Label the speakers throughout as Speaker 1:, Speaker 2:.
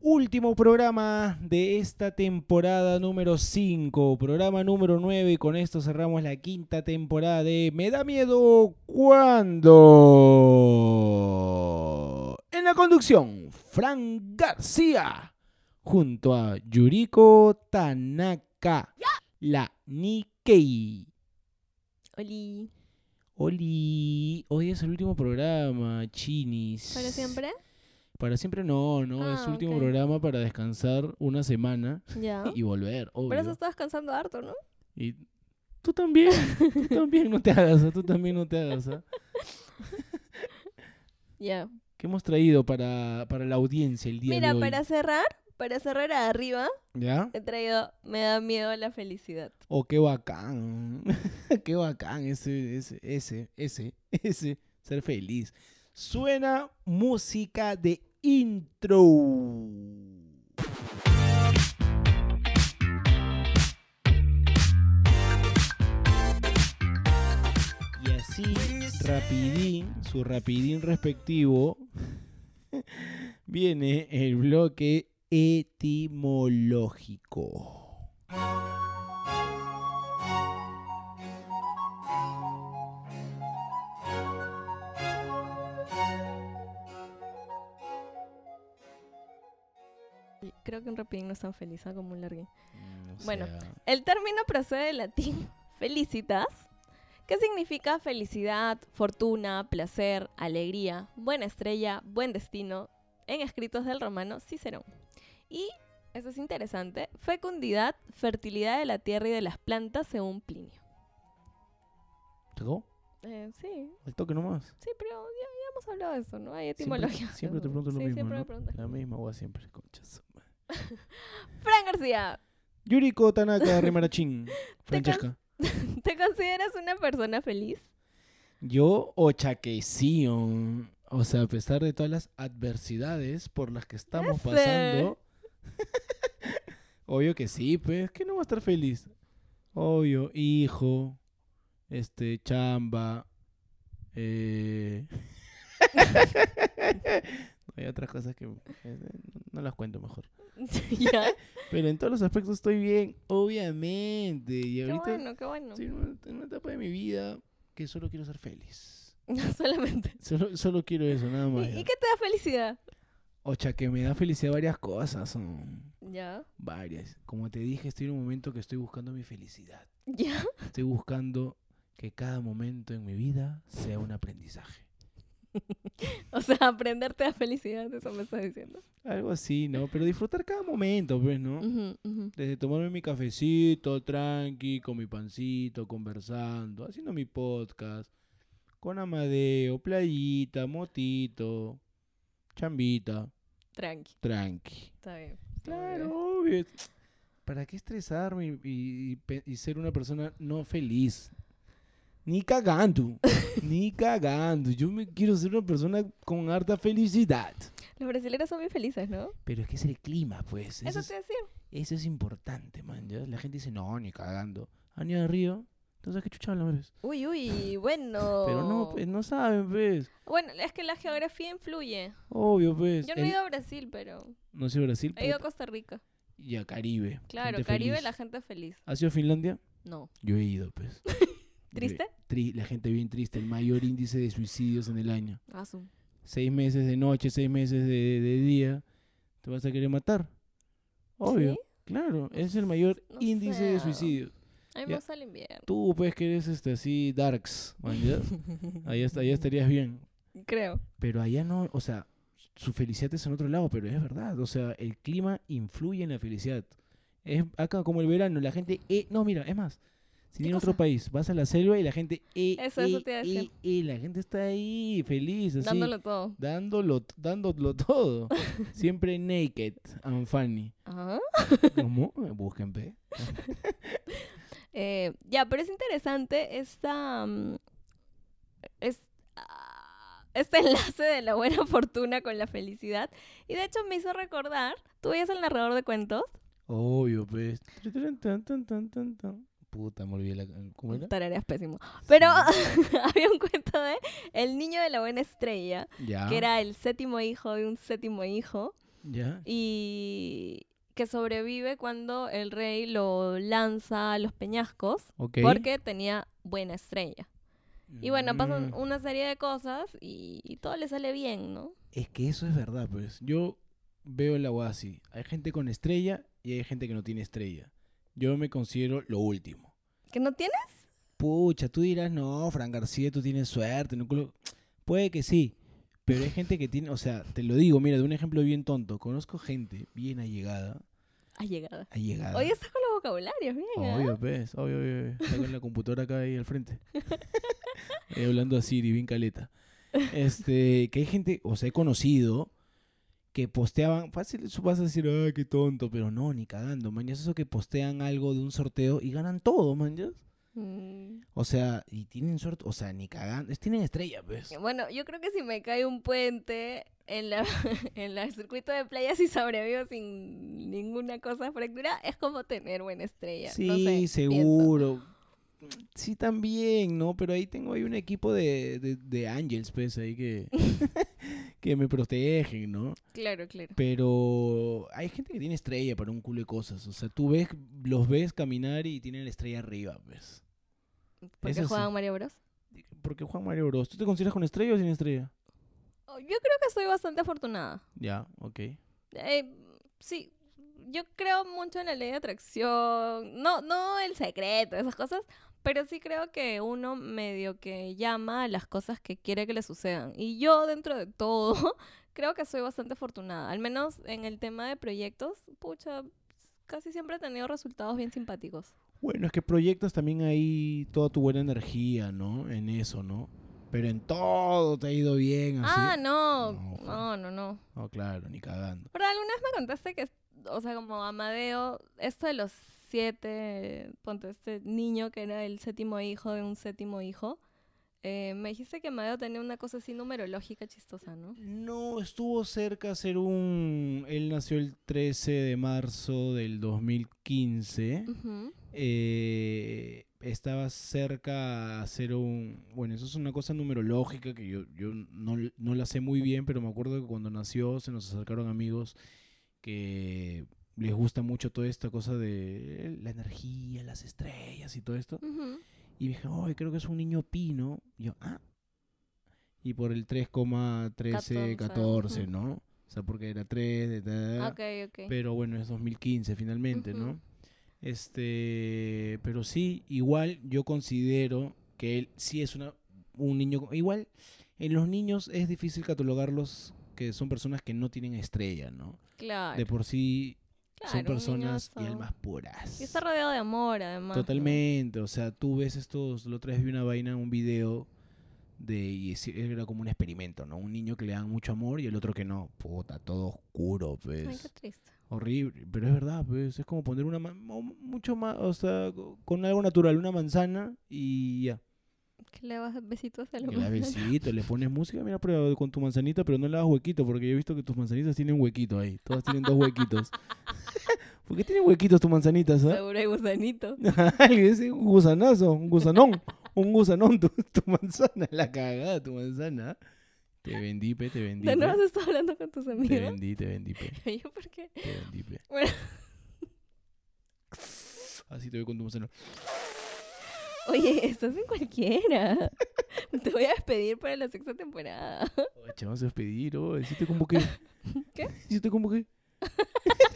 Speaker 1: Último programa de esta temporada número 5, programa número 9 y con esto cerramos la quinta temporada de Me da miedo cuando... En la conducción, Frank García, junto a Yuriko Tanaka, la Nikkei.
Speaker 2: Oli.
Speaker 1: Oli, hoy es el último programa, Chinis.
Speaker 2: ¿Para siempre?
Speaker 1: Para siempre no, no, es
Speaker 2: Ah,
Speaker 1: su último
Speaker 2: ok.
Speaker 1: programa para descansar una semana
Speaker 2: Ya.
Speaker 1: y volver, obvio.
Speaker 2: Por eso estabas cansando harto, ¿no?
Speaker 1: Y tú también, tú también no te hagas, ¿ah? tú también no te hagas. ¿ah?
Speaker 2: Ya.
Speaker 1: ¿Qué hemos traído para, para la audiencia el día
Speaker 2: Mira,
Speaker 1: de hoy?
Speaker 2: para cerrar, para cerrar arriba,
Speaker 1: ¿Ya?
Speaker 2: he traído Me da miedo la felicidad.
Speaker 1: Oh, qué bacán. qué bacán ese, ese, ese, ese, ese, ser feliz. Suena música de intro. Y así, rapidín, su rapidín respectivo, viene el bloque etimológico.
Speaker 2: Y Creo que un rapidín no es tan feliz ah, como un larguín.
Speaker 1: O
Speaker 2: Bueno,
Speaker 1: sea,
Speaker 2: El término procede del latín felicitas, que significa felicidad, fortuna, placer, alegría, buena estrella, buen destino, en escritos del romano Cicerón. Y, eso es interesante, fecundidad, fertilidad de la tierra y de las plantas según Plinio.
Speaker 1: ¿te acabó?
Speaker 2: Eh, sí,
Speaker 1: Al toque nomás.
Speaker 2: sí, pero ya, ya hemos hablado de eso, ¿no? Hay
Speaker 1: Siempre,
Speaker 2: etimología.
Speaker 1: siempre te pregunto lo
Speaker 2: Sí,
Speaker 1: mismo.
Speaker 2: siempre
Speaker 1: ¿no?
Speaker 2: me preguntas.
Speaker 1: La misma agua siempre, conchas.
Speaker 2: Fran García,
Speaker 1: Yuriko Tanaka Remarachín. Francesca.
Speaker 2: ¿te consideras una persona feliz?
Speaker 1: Yo, ochaqueción. O sea, a pesar de todas las adversidades por las que estamos
Speaker 2: Ese.
Speaker 1: pasando. obvio que sí, pues. que no va a estar feliz? Obvio, hijo, este, chamba. Eh... Hay otras cosas que eh, no las cuento mejor.
Speaker 2: ya.
Speaker 1: Pero en todos los aspectos estoy bien, obviamente. Y
Speaker 2: Qué
Speaker 1: ahorita
Speaker 2: bueno, qué bueno.
Speaker 1: estoy en una, en una etapa de mi vida que solo quiero ser feliz.
Speaker 2: Solamente.
Speaker 1: Solo, solo quiero eso, nada más.
Speaker 2: ¿Y,
Speaker 1: ya.
Speaker 2: y qué te da felicidad?
Speaker 1: Ocha, que me da felicidad varias cosas. son
Speaker 2: Ya,
Speaker 1: Varias. Como te dije, estoy en un momento que estoy buscando mi felicidad.
Speaker 2: ya.
Speaker 1: Estoy buscando que cada momento en mi vida sea un aprendizaje.
Speaker 2: O sea, aprender te da felicidad, eso me estás diciendo.
Speaker 1: Algo así, ¿no? Pero disfrutar cada momento, pues, ¿no?
Speaker 2: Ujú, ujú.
Speaker 1: Desde tomarme mi cafecito, tranqui, con mi pancito, conversando, haciendo mi podcast, con Amadeo, playita, motito, chambita,
Speaker 2: Tranqui,
Speaker 1: tranqui.
Speaker 2: está bien. está muy bien.
Speaker 1: Claro, obvio. ¿Para qué estresarme y, y- y pe- y ser una persona no feliz? Ni cagando, ni cagando. Yo me quiero ser una persona con harta felicidad.
Speaker 2: Los brasileños son muy felices, ¿no?
Speaker 1: Pero es que es el clima, pues.
Speaker 2: Eso,
Speaker 1: Eso es-
Speaker 2: te decía.
Speaker 1: eso es importante, man. ¿ya? La gente dice, no, ni cagando. Año de Río. Entonces, ¿qué chucha hablan, pues?
Speaker 2: Uy, uy, bueno.
Speaker 1: Pero no, pues, no saben, pues.
Speaker 2: Bueno, es que la geografía influye.
Speaker 1: Obvio, pues.
Speaker 2: Yo no he
Speaker 1: El-
Speaker 2: ido a Brasil, pero
Speaker 1: no sé, Brasil.
Speaker 2: he ido a
Speaker 1: puta.
Speaker 2: Costa Rica.
Speaker 1: Y a Caribe.
Speaker 2: Claro,
Speaker 1: gente
Speaker 2: Caribe
Speaker 1: feliz.
Speaker 2: la gente es feliz.
Speaker 1: ¿Has ido a Finlandia?
Speaker 2: No.
Speaker 1: Yo he ido, pues. Yo he-
Speaker 2: ¿Triste?
Speaker 1: tri- la gente bien triste. El mayor índice de suicidios en el año.
Speaker 2: Asu.
Speaker 1: Seis meses de noche, seis meses de, de día. ¿Te vas a querer matar? Obvio.
Speaker 2: ¿Sí?
Speaker 1: Claro, es el mayor
Speaker 2: No
Speaker 1: índice de
Speaker 2: sé.
Speaker 1: suicidios.
Speaker 2: A mí
Speaker 1: Ya.
Speaker 2: me gusta el invierno.
Speaker 1: Tú, pues, que eres este, así, darks, man, ¿ya? Ahí, est- ahí estarías bien.
Speaker 2: Creo.
Speaker 1: Pero allá no, o sea, su felicidad es en otro lado, pero es verdad. O sea, el clima influye en la felicidad. Es acá como el verano, la gente... eh, no, mira, es más. Si
Speaker 2: ¿Qué
Speaker 1: viene otro
Speaker 2: cosa?
Speaker 1: país, vas a la selva y la gente... eh,
Speaker 2: Eso, eso
Speaker 1: eh,
Speaker 2: te iba a
Speaker 1: eh,
Speaker 2: decir.
Speaker 1: eh, la gente está ahí, feliz, así.
Speaker 2: Dándolo todo.
Speaker 1: Dándolo, dándolo todo. Siempre naked and funny.
Speaker 2: Ajá.
Speaker 1: ¿Cómo? Busquen, pe.
Speaker 2: Eh, ya, pero es interesante esta. mm, es- ah, este enlace de la buena fortuna con la felicidad. Y de hecho me hizo recordar. ¿Tú veías el narrador de cuentos?
Speaker 1: Obvio, pues. Tan, tan, tan, tan, tan. Puta, me olvidé la... ¿Cómo era?
Speaker 2: Tarareas pésimo. Pero había un cuento de El niño de la buena estrella,
Speaker 1: Ya.
Speaker 2: que era el séptimo hijo de un séptimo hijo.
Speaker 1: ¿Ya?
Speaker 2: y que sobrevive cuando el rey lo lanza a los peñascos
Speaker 3: Ok.
Speaker 2: porque tenía buena estrella. Y bueno, pasan
Speaker 1: Mm.
Speaker 2: una serie de cosas y, y todo le sale bien, ¿no?
Speaker 1: Es que eso es verdad, pues. Yo veo la agua así. Hay gente con estrella y hay gente que no tiene estrella. Yo me considero lo último.
Speaker 2: ¿Que no tiene?
Speaker 1: Pucha, tú dirás, no, Fran García, tú tienes suerte. no culo". Puede que sí, pero hay gente que tiene, o sea, te lo digo, mira, de un ejemplo bien tonto. Conozco gente bien allegada,
Speaker 2: Allegada.
Speaker 1: allegada.
Speaker 2: Hoy estás con los vocabularios, bien. ¿ah?
Speaker 3: Obvio, pues, obvio, obvio, obvio.
Speaker 1: Está con la computadora acá ahí al frente. Eh, hablando a Siri, bien caleta. Este, que hay gente, o sea, he conocido que posteaban, fácil, eso vas a decir, ah, qué tonto, pero no, ni cagando, man. ya es eso que postean algo de un sorteo y ganan todo, man. ya.
Speaker 2: Mm.
Speaker 1: O sea, y tienen suerte, o sea, ni cagando, es- tienen estrella, pues.
Speaker 2: Bueno, yo creo que si me cae un puente en la en la- el circuito de playas y sobrevivo sin ninguna cosa fractura, es como tener buena estrella.
Speaker 1: Sí,
Speaker 2: no sé, pienso.
Speaker 1: seguro. Sí, también, ¿no? Pero ahí tengo ahí un equipo de, de, de angels, pues, ahí que, que me protegen, ¿no?
Speaker 2: Claro, claro.
Speaker 1: Pero hay gente que tiene estrella para un culo de cosas. O sea, tú ves, los ves caminar y tienen la estrella arriba, pues. ¿ves?
Speaker 2: Porque
Speaker 1: Eso sí.
Speaker 2: juegan Mario Bros.
Speaker 1: Porque Juan Mario Bros. ¿Tú te consideras con estrella o sin estrella?
Speaker 2: Oh, Yo creo que soy bastante afortunada.
Speaker 1: Ya, ok.
Speaker 2: Eh, sí, yo creo mucho en la ley de atracción. No, no el secreto, esas cosas. Pero sí creo que uno medio que llama a las cosas que quiere que le sucedan. Y yo, dentro de todo, creo que soy bastante afortunada. Al menos en el tema de proyectos, pucha, casi siempre he tenido resultados bien simpáticos.
Speaker 1: Bueno, es que proyectas también ahí toda tu buena energía, ¿no? En eso, ¿no? Pero en todo te ha ido bien, así.
Speaker 2: Ah, no,
Speaker 1: No, fue-
Speaker 2: no, no, no.
Speaker 1: No, claro, ni cagando.
Speaker 2: Pero alguna vez me contaste que, o sea, como Amadeo, esto de los siete, ponte este niño que era el séptimo hijo de un séptimo hijo, eh, me dijiste que Amadeo tenía una cosa así numerológica chistosa, ¿no?
Speaker 1: No, estuvo cerca a ser un... Él nació el 13 de marzo del 2015.
Speaker 2: Ujú.
Speaker 1: eh, estaba cerca a hacer un... Bueno, eso es una cosa numerológica que yo, yo no, l- no la sé muy bien, pero me acuerdo que cuando nació se nos acercaron amigos que les gusta mucho toda esta cosa de la energía, las estrellas y todo esto.
Speaker 2: Ujú.
Speaker 1: Y dije, oh, creo que es un niño pino. Y yo, ah. Y por el 3,1314,
Speaker 2: 14, ujú.
Speaker 1: ¿no? O sea, porque era 3, de ta-
Speaker 2: Ok, ok.
Speaker 1: pero bueno, es 2015 finalmente,
Speaker 2: Ujú.
Speaker 1: ¿no? Este, pero sí, igual yo considero que él sí es una, un niño, co- igual en los niños es difícil catalogarlos que son personas que no tienen estrella, ¿no?
Speaker 2: Claro.
Speaker 1: De por sí son
Speaker 2: claro, un niño
Speaker 1: personas y
Speaker 2: son-
Speaker 1: almas puras.
Speaker 2: Y está rodeado de amor, además. ¿no?
Speaker 1: Totalmente, o sea, tú ves estos, la otra vez vi una vaina, un video de, y es- era como un experimento, ¿no? Un niño que le dan mucho amor y el otro que no, puta, todo oscuro, pues.
Speaker 2: Ay, qué triste.
Speaker 1: Horrible, pero es verdad, pues es como poner una ma- mo- mucho más, o sea, co- con algo natural, una manzana y ya.
Speaker 2: Que le vas besitos a la
Speaker 1: Y la
Speaker 2: mano.
Speaker 1: besito, le pones música, mira, prueba con tu manzanita, pero no le hagas huequito, porque yo he visto que tus manzanitas tienen huequito ahí, todas tienen dos huequitos. ¿Por qué tienen huequitos tus manzanitas, ah?
Speaker 2: Seguro hay gusanito.
Speaker 1: Es un gusanazo, un gusanón, un gusanón tu, tu manzana, la cagada tu manzana. ah". Te vendí, pe, te vendí.
Speaker 2: De
Speaker 1: pe.
Speaker 2: nuevo has estado hablando con tus
Speaker 1: Te
Speaker 2: amigos.
Speaker 1: vendí, te vendí, pe,
Speaker 2: Yo, ¿por qué?
Speaker 1: te vendí, pe.
Speaker 2: Bueno.
Speaker 1: Así Ah, te veo con tu manzana.
Speaker 2: Oye, estás en cualquiera. Te voy a despedir para la sexta temporada.
Speaker 1: Oye, te vas a despedir, oh, oye, si te convoqué.
Speaker 2: ¿Qué?
Speaker 1: Si te convoqué.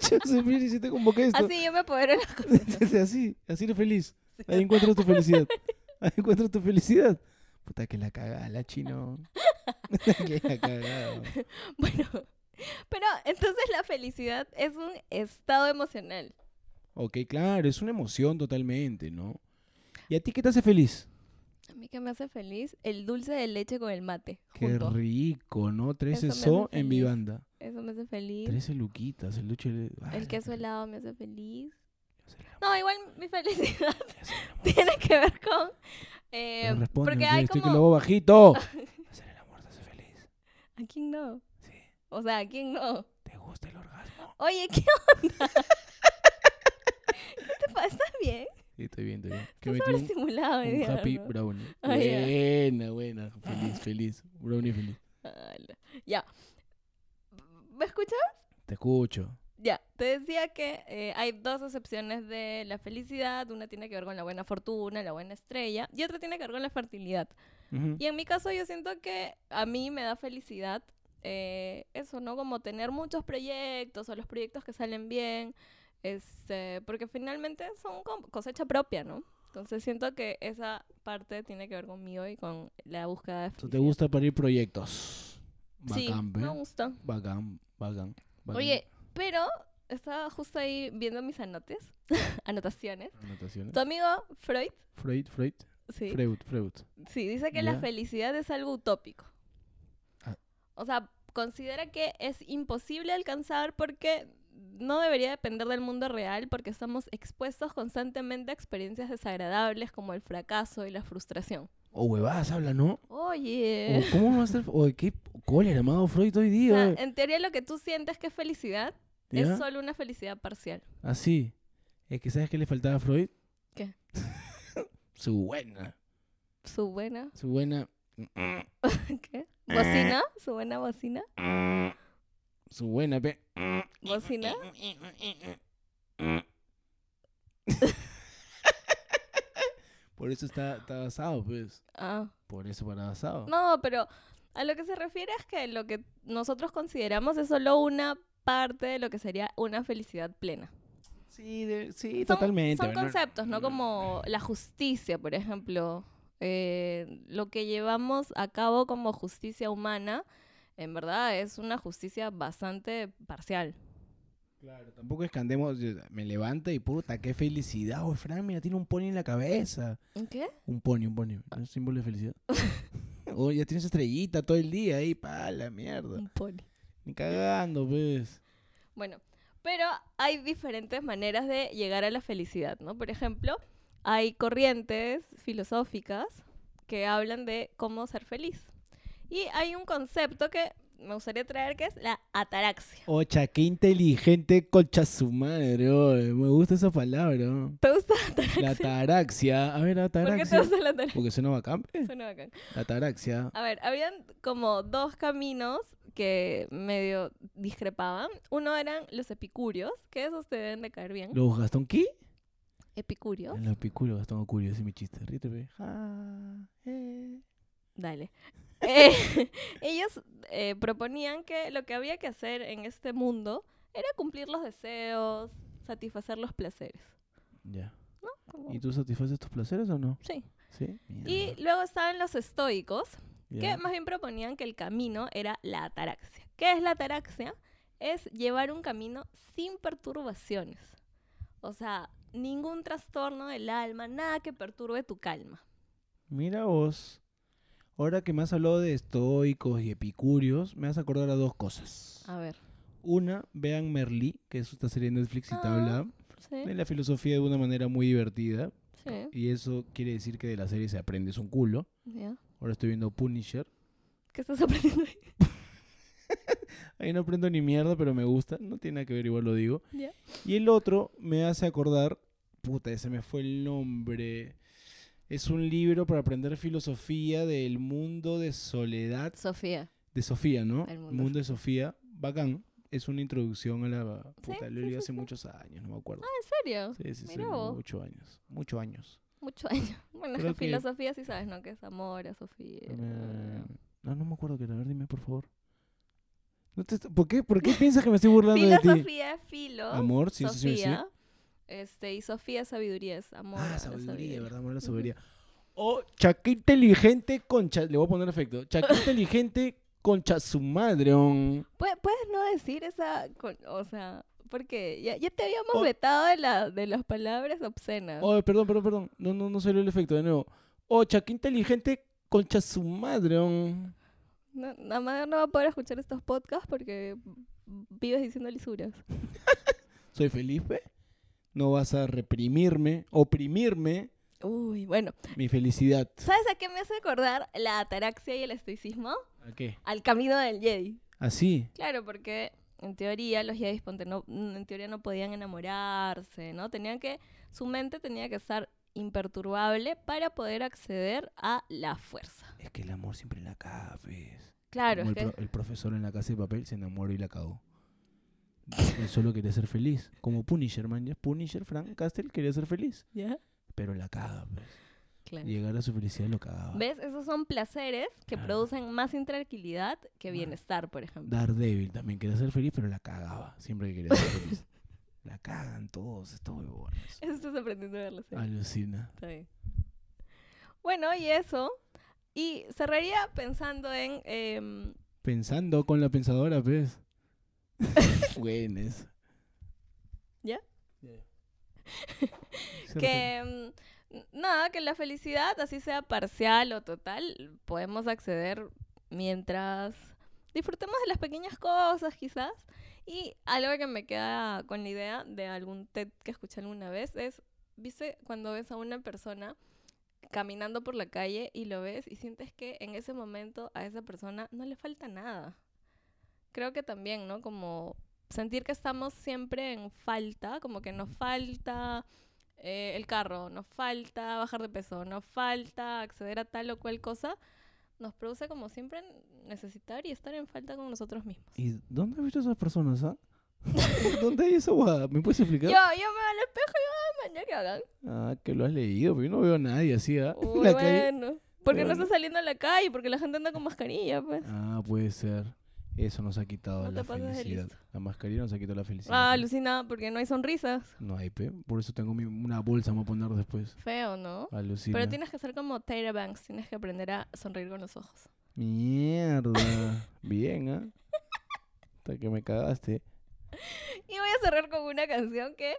Speaker 1: Te vas a despedir, si te convoqué esto.
Speaker 2: Así yo me apodero de las cosas.
Speaker 1: Así, así, eres feliz. Ahí encuentras tu felicidad. Ahí encuentras tu felicidad. Puta que la cagada, la chino. que la cagada.
Speaker 2: Bueno, pero entonces la felicidad es un estado emocional.
Speaker 1: Ok, claro, es una emoción totalmente, ¿no? ¿Y a ti qué te hace feliz?
Speaker 2: A mí que me hace feliz el dulce de leche con el mate.
Speaker 1: Qué
Speaker 2: junto.
Speaker 1: rico, ¿no? 13
Speaker 2: Eso me
Speaker 1: so
Speaker 2: hace
Speaker 1: en mi
Speaker 2: feliz.
Speaker 1: banda.
Speaker 2: Eso me hace feliz.
Speaker 1: 13 luquitas, el luche.
Speaker 2: El queso helado me hace feliz.
Speaker 1: helado.
Speaker 2: No, igual mi felicidad tiene que ver con... eh, porque hay
Speaker 1: estoy
Speaker 2: como...
Speaker 1: que lo hago bajito. Hacer el amor te hace feliz.
Speaker 2: ¿A quién no?
Speaker 1: Sí.
Speaker 2: O sea, ¿a quién no?
Speaker 1: ¿Te gusta el orgasmo?
Speaker 2: Oye, ¿qué onda? ¿Qué te pasa? ¿Estás bien?
Speaker 1: Sí, estoy bien, estoy bien. Que metí
Speaker 2: Estás
Speaker 1: un,
Speaker 2: sobreestimulado, hoy
Speaker 1: un
Speaker 2: día,
Speaker 1: happy
Speaker 2: ¿no?
Speaker 1: brownie.
Speaker 2: Ah, ya.
Speaker 1: buena, buena. Feliz, feliz. Brownie feliz.
Speaker 2: Ala. Ya. Ah, ¿Me escuchas?
Speaker 1: Te Te escucho.
Speaker 2: Ya, te decía que eh, hay dos acepciones de la felicidad. Una tiene que ver con la buena fortuna, la buena estrella, y otra tiene que ver con la fertilidad.
Speaker 1: Ujú.
Speaker 2: Y en mi caso yo siento que a mí me da felicidad eh, eso, ¿no? Como tener muchos proyectos o los proyectos que salen bien, este, porque finalmente son co- cosecha propia, ¿no? Entonces siento que esa parte tiene que ver conmigo y con la búsqueda de
Speaker 1: Eso ¿Te
Speaker 2: felicidad.
Speaker 1: gusta parir proyectos? Bacán,
Speaker 2: sí,
Speaker 1: ¿ve?
Speaker 2: me gusta.
Speaker 1: Bacán, bacán. bacán.
Speaker 2: Oye, pero estaba justo ahí viendo mis anotes, anotaciones.
Speaker 1: Anotaciones.
Speaker 2: Tu amigo Freud,
Speaker 1: Freud, Freud,
Speaker 2: sí,
Speaker 1: Freud, Freud.
Speaker 2: sí dice
Speaker 1: Ya.
Speaker 2: que la felicidad es algo utópico.
Speaker 1: Ah.
Speaker 2: O sea, considera que es imposible alcanzar porque no debería depender del mundo real porque estamos expuestos constantemente a experiencias desagradables como el fracaso y la frustración.
Speaker 1: O huevadas habla, ¿no?
Speaker 2: Oye.
Speaker 1: O ¿Cómo va a ser? O qué cólera, amado Freud hoy
Speaker 2: Eh. O sea,
Speaker 1: día.
Speaker 2: en teoría lo que tú sientes que es felicidad
Speaker 1: ¿Ya?
Speaker 2: es solo una felicidad parcial.
Speaker 1: Así. Es que ¿sabes qué le faltaba a Freud?
Speaker 2: ¿Qué?
Speaker 1: su buena.
Speaker 2: Su buena
Speaker 1: Su buena. Eh.
Speaker 2: ¿Qué? ¿Bocina? ¿Su buena bocina?
Speaker 1: Su buena, pe.
Speaker 2: ¿Bocina?
Speaker 1: Por eso está, está basado, pues.
Speaker 2: Ah.
Speaker 1: Por eso para basado.
Speaker 2: No, pero a lo que se refiere es que lo que nosotros consideramos es solo una parte de lo que sería una felicidad plena.
Speaker 1: Sí, de- sí,
Speaker 2: Son-
Speaker 1: totalmente.
Speaker 2: Son
Speaker 1: ¿no?
Speaker 2: conceptos, ¿no? Como la justicia, por ejemplo. Eh, lo que llevamos a cabo como justicia humana, en verdad, es una justicia bastante parcial.
Speaker 1: Claro, tampoco escandemos. Me levanta y puta, qué felicidad. Oh, Fran, mira, tiene un pony en la cabeza.
Speaker 2: ¿Qué?
Speaker 1: Un pony, un pony. ¿no? símbolo de felicidad. oh, ya tienes estrellita todo el día ahí, pa, la mierda.
Speaker 2: Un poli.
Speaker 1: Ni cagando, pues.
Speaker 2: Bueno, pero hay diferentes maneras de llegar a la felicidad, ¿no? Por ejemplo, hay corrientes filosóficas que hablan de cómo ser feliz. Y hay un concepto que me gustaría traer que es la ataraxia.
Speaker 1: Ocha, qué inteligente concha su madre. oh, Me gusta esa palabra. oh.
Speaker 2: ¿Te gusta la
Speaker 1: La
Speaker 2: ataraxia?
Speaker 1: taraxia. A ver, la
Speaker 2: ¿Por qué te
Speaker 1: taraxia.
Speaker 2: gusta la ataraxia?
Speaker 1: Porque suena bacán. pe.
Speaker 2: Suena bacán.
Speaker 1: La taraxia.
Speaker 2: A ver, habían como dos caminos que medio discrepaban. Uno eran los epicúreos, que esos te deben de caer bien.
Speaker 1: ¿Los Gastón qué?
Speaker 2: Epicúreos.
Speaker 1: Los picuros, Gastón Ocurio. Ese es mi chiste. Ríete, pe. Ja, eh.
Speaker 2: Dale. Eh, ellos eh, proponían que lo que había que hacer en este mundo era cumplir los deseos, satisfacer los placeres.
Speaker 1: Ya.
Speaker 2: Como-
Speaker 1: ¿Y tú satisfaces tus placeres o no?
Speaker 2: Sí.
Speaker 1: Sí.
Speaker 2: Y luego estaban los estoicos,
Speaker 1: Ya.
Speaker 2: que más bien proponían que el camino era la ataraxia. ¿Qué es la ataraxia? Es llevar un camino sin perturbaciones. O sea, ningún trastorno del alma, nada que perturbe tu calma.
Speaker 1: Mira vos. Ahora que me has hablado de estoicos y epicúreos, me vas a acordar a dos cosas.
Speaker 2: A ver.
Speaker 1: Una, vean Merlí, que es esta serie en Netflix y te
Speaker 2: Ah,
Speaker 1: habla
Speaker 2: Sí,
Speaker 1: de la filosofía de una manera muy divertida.
Speaker 2: sí.
Speaker 1: Y eso quiere decir que de la serie se aprende es un culo.
Speaker 2: ya.
Speaker 1: Ahora estoy viendo Punisher.
Speaker 2: ¿Qué estás aprendiendo ahí?
Speaker 1: Ahí no aprendo ni mierda, pero me gusta. No tiene nada que ver, igual lo digo.
Speaker 2: Ya.
Speaker 1: Y el otro me hace acordar. Puta, se me fue el nombre. Es un libro para aprender filosofía del mundo de soledad
Speaker 2: Sofía.
Speaker 1: de Sofía, ¿no?
Speaker 2: El
Speaker 1: El
Speaker 2: mundo
Speaker 1: mundo, de Sofía. Bacán. Es una introducción a la. Puta, lo leí hace muchos años, no me acuerdo.
Speaker 2: ¿En serio?
Speaker 1: sí, sí, sí,
Speaker 2: Ah, mira vos.
Speaker 1: muchos años. Muchos años.
Speaker 2: Mucho año. Bueno, es
Speaker 1: Creo
Speaker 2: que
Speaker 1: que-
Speaker 2: filosofía sí sabes, ¿no? Que es amor a Sofía.
Speaker 1: Eh, No, no me acuerdo qué era. A ver, dime, por favor. No te est- ¿Por, qué, ¿Por qué piensas que me estoy burlando de ti?
Speaker 2: Filosofía es filo.
Speaker 1: Amor, sí, sí, sí, sí.
Speaker 2: Sofía. Este, y Sofía es sabiduría, es amor a
Speaker 1: Ah,
Speaker 2: la
Speaker 1: sabiduría,
Speaker 2: sabiduría.
Speaker 1: ¿verdad? Amor a la
Speaker 2: Ujú.
Speaker 1: sabiduría. O chaqué inteligente concha. Le voy a poner efecto. Chaqué inteligente concha su madre. on.
Speaker 2: Pue- ¿Puedes no decir esa, con- o sea, porque ya, ya te habíamos
Speaker 1: Oh.
Speaker 2: vetado de, la, de las palabras obscenas.
Speaker 1: Oh, perdón, perdón, perdón. No, no, no salió el efecto de nuevo. O chaqué inteligente concha su madre. oh. on.
Speaker 2: No- nada más no va a poder escuchar estos podcasts porque vives diciendo lisuras.
Speaker 1: Soy Felipe. No vas a reprimirme, oprimirme
Speaker 2: Uy, bueno.
Speaker 1: mi felicidad.
Speaker 2: ¿Sabes a qué me hace acordar la ataraxia y el estoicismo?
Speaker 1: ¿A qué?
Speaker 2: Al camino del Jedi.
Speaker 1: Así.
Speaker 2: Claro, porque en teoría los Jedi ponte, no, mm, en teoría no podían enamorarse, ¿no? Tenían que su mente tenía que estar imperturbable para poder acceder a la fuerza.
Speaker 1: Es que el amor siempre la cabe.
Speaker 2: Claro,
Speaker 1: Como
Speaker 2: es
Speaker 1: el,
Speaker 2: que
Speaker 1: pro- el profesor en la casa de papel se enamoró y la cagó. Él solo quería ser feliz. Como Punisher, man. ¿ya? Punisher, Frank Castle quería ser feliz.
Speaker 2: ¿Ya?
Speaker 1: Pero la caga, pues.
Speaker 2: Claro.
Speaker 1: Llegar a su felicidad lo cagaba.
Speaker 2: ¿Ves? Esos son placeres que
Speaker 1: Claro.
Speaker 2: producen más intranquilidad que bienestar, por ejemplo.
Speaker 1: Daredevil también quería ser feliz, pero la cagaba. Siempre que quería ser feliz. la cagan todos estos huevones.
Speaker 2: Eso estás aprendiendo a ver la serie.
Speaker 1: Alucina.
Speaker 2: Está bien. Bueno, y eso. Y cerraría pensando en. em,
Speaker 1: Pensando con la pensadora, pues. Buenas.
Speaker 2: ¿Ya?
Speaker 1: Se
Speaker 2: que. em, n- nada, que la felicidad, así sea parcial o total, podemos acceder mientras disfrutemos de las pequeñas cosas, quizás. Y algo que me queda con la idea de algún TED que escuché alguna vez es: ¿viste cuando ves a una persona caminando por la calle y lo ves y sientes que en ese momento a esa persona no le falta nada? creo que también, ¿no? Como sentir que estamos siempre en falta, como que nos falta eh, el carro, nos falta bajar de peso, nos falta acceder a tal o cual cosa, nos produce como siempre necesitar y estar en falta con nosotros mismos.
Speaker 1: ¿Y dónde has visto esas personas, ah? ¿Dónde hay esa guada? ¿Me puedes
Speaker 2: Yo, yo
Speaker 1: explicar?
Speaker 2: me veo al espejo y yo, "Ay, mañana que hagan.
Speaker 1: Ah, que lo has leído, pero yo no veo a nadie así, ¿ah? En
Speaker 2: Uy,
Speaker 1: la calle.
Speaker 2: bueno. Porque no
Speaker 1: Bueno.
Speaker 2: está saliendo a la calle, porque la gente anda con mascarilla, pues.
Speaker 1: Ah, puede ser. Eso nos ha quitado
Speaker 2: No
Speaker 1: la
Speaker 2: te pases de
Speaker 1: felicidad.
Speaker 2: listo.
Speaker 1: La mascarilla nos ha quitado la felicidad.
Speaker 2: Ah, alucina, porque no hay sonrisas.
Speaker 1: No hay, pe. Por eso tengo mi- una bolsa, me voy a poner después.
Speaker 2: Feo, ¿no?
Speaker 1: Alucina.
Speaker 2: Pero tienes que ser como Tyra Banks, tienes que aprender a sonreír con los ojos.
Speaker 1: Mierda. Bien, ¿ah? Hasta que me cagaste.
Speaker 2: Y voy a cerrar con una canción que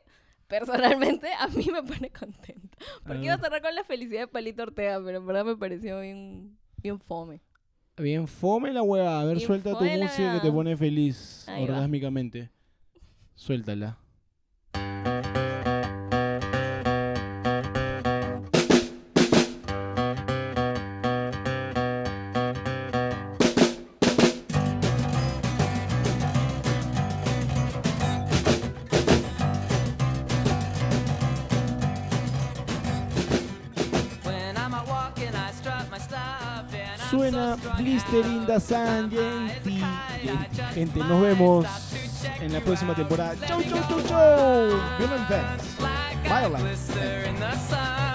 Speaker 2: personalmente a mí me pone contenta. Porque
Speaker 1: Ah.
Speaker 2: iba a cerrar con la felicidad de Palito Ortega, pero en verdad me pareció bien, bien fome.
Speaker 1: Bien, fome la hueva. A ver,
Speaker 2: Bien
Speaker 1: suelta tu
Speaker 2: fome la
Speaker 1: música que te
Speaker 2: huevada.
Speaker 1: pone feliz
Speaker 2: Ahí va.
Speaker 1: orgásmicamente. Suéltala.
Speaker 3: When I'm out walking, I strut my stuff. And I'm
Speaker 1: Suena
Speaker 3: so strung
Speaker 1: Blistering
Speaker 3: out.
Speaker 1: da
Speaker 3: My eyes are
Speaker 1: Sangenti.
Speaker 3: tired, I just
Speaker 1: Gente, nos
Speaker 3: might
Speaker 1: vemos
Speaker 3: stop to check
Speaker 1: en la
Speaker 3: you
Speaker 1: próxima
Speaker 3: out.
Speaker 1: temporada.
Speaker 3: Let
Speaker 1: Chau,
Speaker 3: me
Speaker 1: chau,
Speaker 3: go
Speaker 1: chau, chau.
Speaker 3: on
Speaker 1: Violent Vance.
Speaker 3: Like I
Speaker 1: Violent.
Speaker 3: glister in the sun.